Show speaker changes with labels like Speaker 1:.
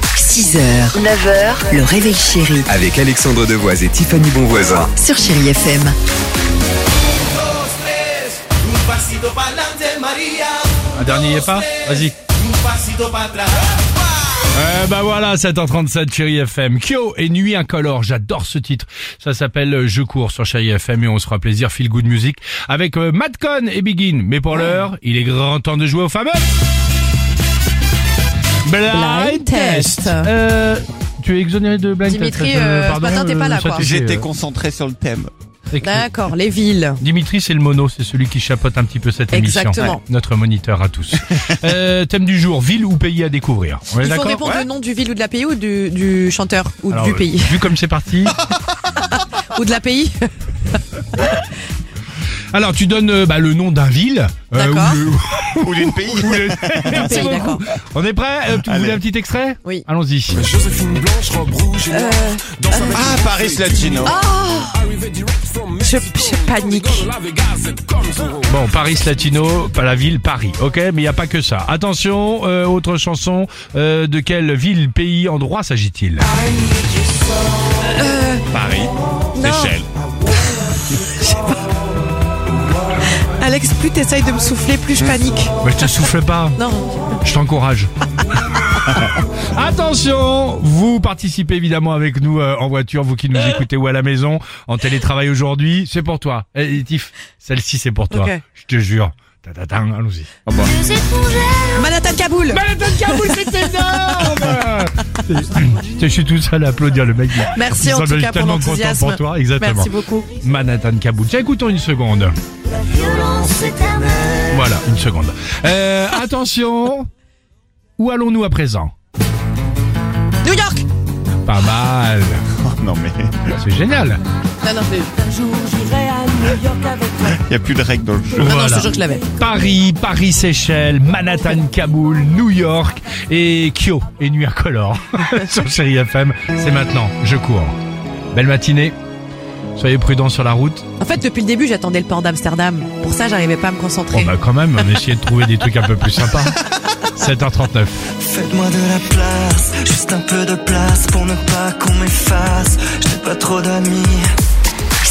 Speaker 1: 6h, 9h, le réveil chéri
Speaker 2: Avec Alexandre Devoise et Tiffany Bonvoisin.
Speaker 1: sur Chéri FM.
Speaker 3: dos, tres, un pasito para adelante, María.
Speaker 4: Un dernier y est pas Vas-y.
Speaker 3: Un pasito para atrás.
Speaker 4: Eh ben voilà, 7h37, chérie FM. Kyo et Nuit incolore, j'adore ce titre. Ça s'appelle euh, Je cours sur chérie FM et on se fera plaisir, feel good music, avec euh, Matt Cohn et Begin. Mais pour l'heure, il est grand temps de jouer au fameux... Blind,
Speaker 5: Blind test.
Speaker 4: Euh, tu es exonéré de blind
Speaker 5: Dimitri,
Speaker 4: test.
Speaker 5: euh, ce matin, t'es pas là, quoi.
Speaker 4: J'étais
Speaker 6: concentré sur le thème.
Speaker 5: D'accord, les villes.
Speaker 4: Dimitri, c'est le mono, c'est celui qui chapeaute un petit peu cette émission.
Speaker 5: Exactement.
Speaker 4: Ouais, notre moniteur à tous. euh, thème du jour, ville ou pays à découvrir. On est
Speaker 5: Il faut
Speaker 4: d'accord
Speaker 5: répondre
Speaker 4: Ouais.
Speaker 5: le nom du ville ou de la pays ou du, du chanteur ou
Speaker 4: Alors,
Speaker 5: du
Speaker 4: euh,
Speaker 5: pays
Speaker 4: Vu comme c'est parti,
Speaker 5: ou de la pays.
Speaker 4: Alors tu donnes euh, bah, le nom d'un ville. euh,
Speaker 5: D'accord.
Speaker 4: ou ou d'une pays. Merci
Speaker 5: Pays,
Speaker 4: beaucoup.
Speaker 5: d'accord.
Speaker 4: On est prêt Euh, Tu voulais un petit extrait
Speaker 5: Oui.
Speaker 4: Allons-y.
Speaker 6: Ah, Paris Latino.
Speaker 5: Je, je panique.
Speaker 4: Bon, Paris Latino, pas la ville, Paris. Ok, mais il n'y a pas que ça. Attention, euh, autre chanson. euh, de quelle ville, pays, endroit s'agit-il
Speaker 6: Paris.
Speaker 5: Non.
Speaker 6: Échelle.
Speaker 5: Alex, plus t'essayes de me souffler, plus je panique.
Speaker 4: Mais je te souffle pas.
Speaker 5: Non.
Speaker 4: Je t'encourage. Attention, vous participez évidemment avec nous euh, en voiture, vous qui nous écoutez ou à la maison, en télétravail aujourd'hui, c'est pour toi. Eh, Tiff, celle-ci c'est pour toi.
Speaker 5: Ok.
Speaker 4: Je te jure. Ta ta ta, allons-y.
Speaker 5: Manhattan, Kaboul.
Speaker 4: Je suis tout seul à applaudir le mec.
Speaker 5: Merci
Speaker 4: Il
Speaker 5: en tout
Speaker 4: semble
Speaker 5: cas pour
Speaker 4: tellement content
Speaker 5: l'enthousiasme.
Speaker 4: pour toi, exactement.
Speaker 5: Merci beaucoup.
Speaker 4: Manhattan Kaboul. Tiens, écoutons une seconde. Voilà, une seconde. Euh, attention, où allons-nous à présent
Speaker 5: New York.
Speaker 4: Pas mal.
Speaker 5: Oh,
Speaker 6: Non mais,
Speaker 4: C'est génial.
Speaker 5: Ah Non, non, c'est-
Speaker 6: il y a plus de règles dans le jeu.
Speaker 5: non, non, je
Speaker 4: Voilà.
Speaker 5: te jure que je l'avais.
Speaker 4: Paris, Paris-Seychelles, Manhattan, Kaboul, New York et Kyo et Nuit Incolore sur Chéri FM. C'est maintenant, je cours. Belle matinée. Soyez prudents sur la route.
Speaker 5: En fait, depuis le début, j'attendais le port d'Amsterdam. Pour ça, j'arrivais pas à me
Speaker 4: Bon
Speaker 5: concentrer.
Speaker 4: bah quand même, on essayait de trouver des trucs un peu plus sympas. 7h39.
Speaker 7: Faites-moi de la place, juste un peu de place pour ne pas qu'on m'efface. J'ai pas trop d'amis.